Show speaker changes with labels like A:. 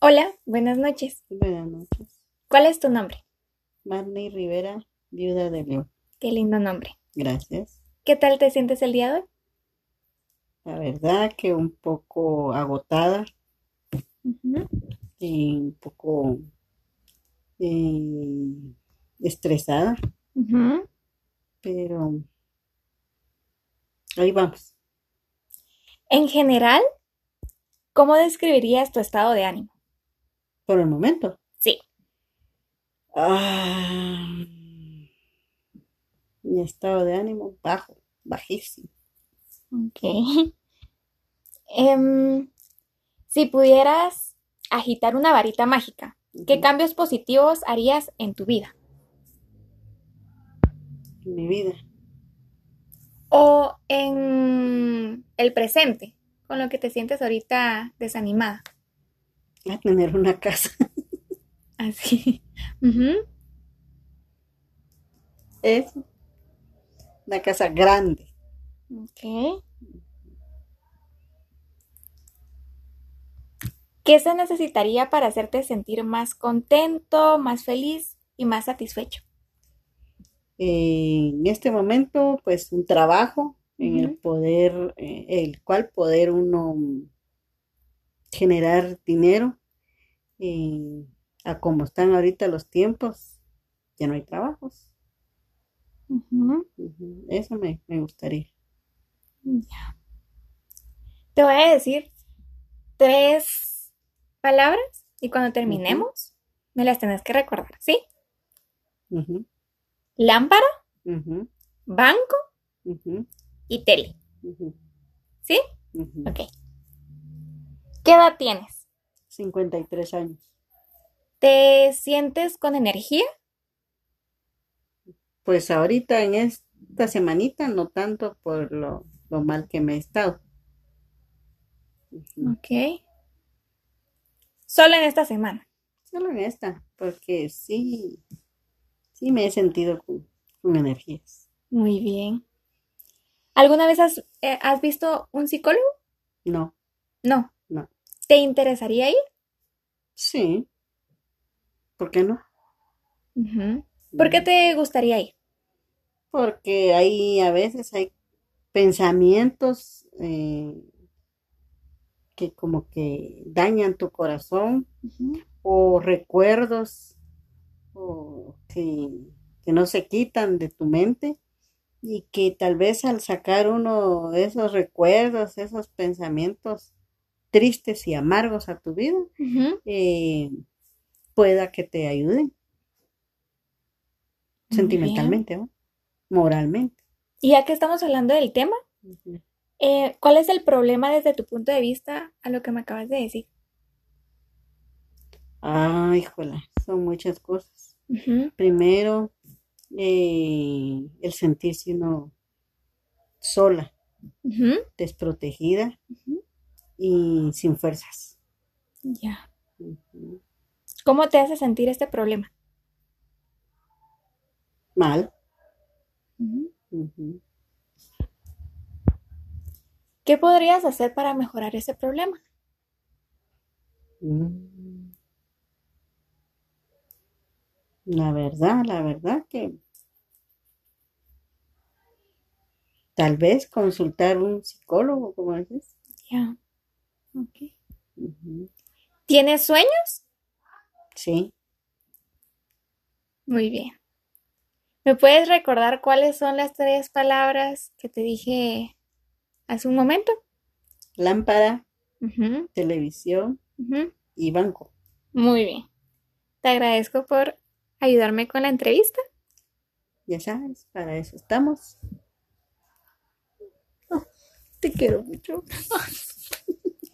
A: Hola, buenas noches.
B: Buenas noches.
A: ¿Cuál es tu nombre?
B: Marley Rivera, viuda de León.
A: Qué lindo nombre.
B: Gracias.
A: ¿Qué tal te sientes el día de hoy?
B: La verdad que un poco agotada y un poco eh, estresada,
A: Ujú.
B: pero ahí vamos.
A: En general, ¿cómo describirías tu estado de ánimo?
B: Por el momento.
A: Sí.
B: Ah, mi estado de ánimo bajo, bajísimo.
A: Ok. Em, si pudieras agitar una varita mágica, ¿qué
B: Ujú.
A: cambios positivos harías en tu vida?
B: En mi vida.
A: O en el presente, con lo que te sientes ahorita desanimada.
B: A tener una casa.
A: Así. Ujú.
B: Es una casa grande.
A: Ok. ¿Qué se necesitaría para hacerte sentir más contento, más feliz y más satisfecho?
B: en este momento, pues un trabajo en el
A: Ujú.
B: poder, eh, el cual poder uno generar dinero. eh, a como están ahorita los tiempos, ya no hay trabajos.
A: Ujú.
B: Ujú, Eso me, me gustaría.
A: Ya. Te voy a decir tres palabras y cuando terminemos me las tenés que recordar, ¿sí?
B: Ujú,
A: Lámpara,
B: ujú,
A: banco
B: ujú,
A: y tele,
B: ujú,
A: ¿sí?
B: ujú, ujú.
A: Ok. ¿Qué edad tienes?
B: 53 años.
A: ¿Te sientes con energía?
B: Pues ahorita en esta semanita, no tanto por lo, lo mal que me he estado. Ujú.
A: Ok. Solo en esta semana.
B: Solo en esta, porque sí, Sí, me he sentido con, con energías.
A: Muy bien. ¿Alguna vez has, eh, has visto un psicólogo?
B: No,
A: No.
B: no.
A: ¿Te interesaría ir?
B: Sí, ¿por qué no?
A: Ujú. ¿Por qué
B: Mm.
A: te gustaría ir?
B: Porque hay a veces hay pensamientos eh, que como que dañan tu corazón
A: Ujú.
B: o recuerdos o que, que no se quitan de tu mente y que tal vez al sacar uno esos recuerdos, esos pensamientos tristes y amargos a tu vida,
A: Ujú.
B: eh, pueda que te ayuden.
A: Muy bien.
B: sentimentalmente, ¿no? Moralmente.
A: Y ya que estamos hablando del tema,
B: Ujú.
A: eh, ¿cuál es el problema desde tu punto de vista a lo que me acabas de decir?
B: Ah, híjola, son muchas cosas.
A: Ujú.
B: Primero, eh, el sentirse uno sola,
A: Ujú.
B: desprotegida
A: Ujú.
B: y sin fuerzas.
A: Ya.
B: Ujú.
A: ¿Cómo te hace sentir este problema?
B: Mal.
A: Ujú.
B: Ujú.
A: ¿Qué podrías hacer para mejorar ese problema?
B: Mm. La verdad, la verdad que tal vez consultar un psicólogo, como dices.
A: Ya. Ok.
B: Ujú.
A: ¿Tienes sueños?
B: Sí,
A: Muy bien. ¿Me puedes recordar cuáles son las tres palabras que te dije hace un momento?
B: lámpara,
A: Ujú.
B: televisión
A: Ujú.
B: y banco.
A: Muy bien. Te agradezco por ayudarme con la entrevista.
B: Ya sabes, para eso estamos. Te quiero Ah, mucho.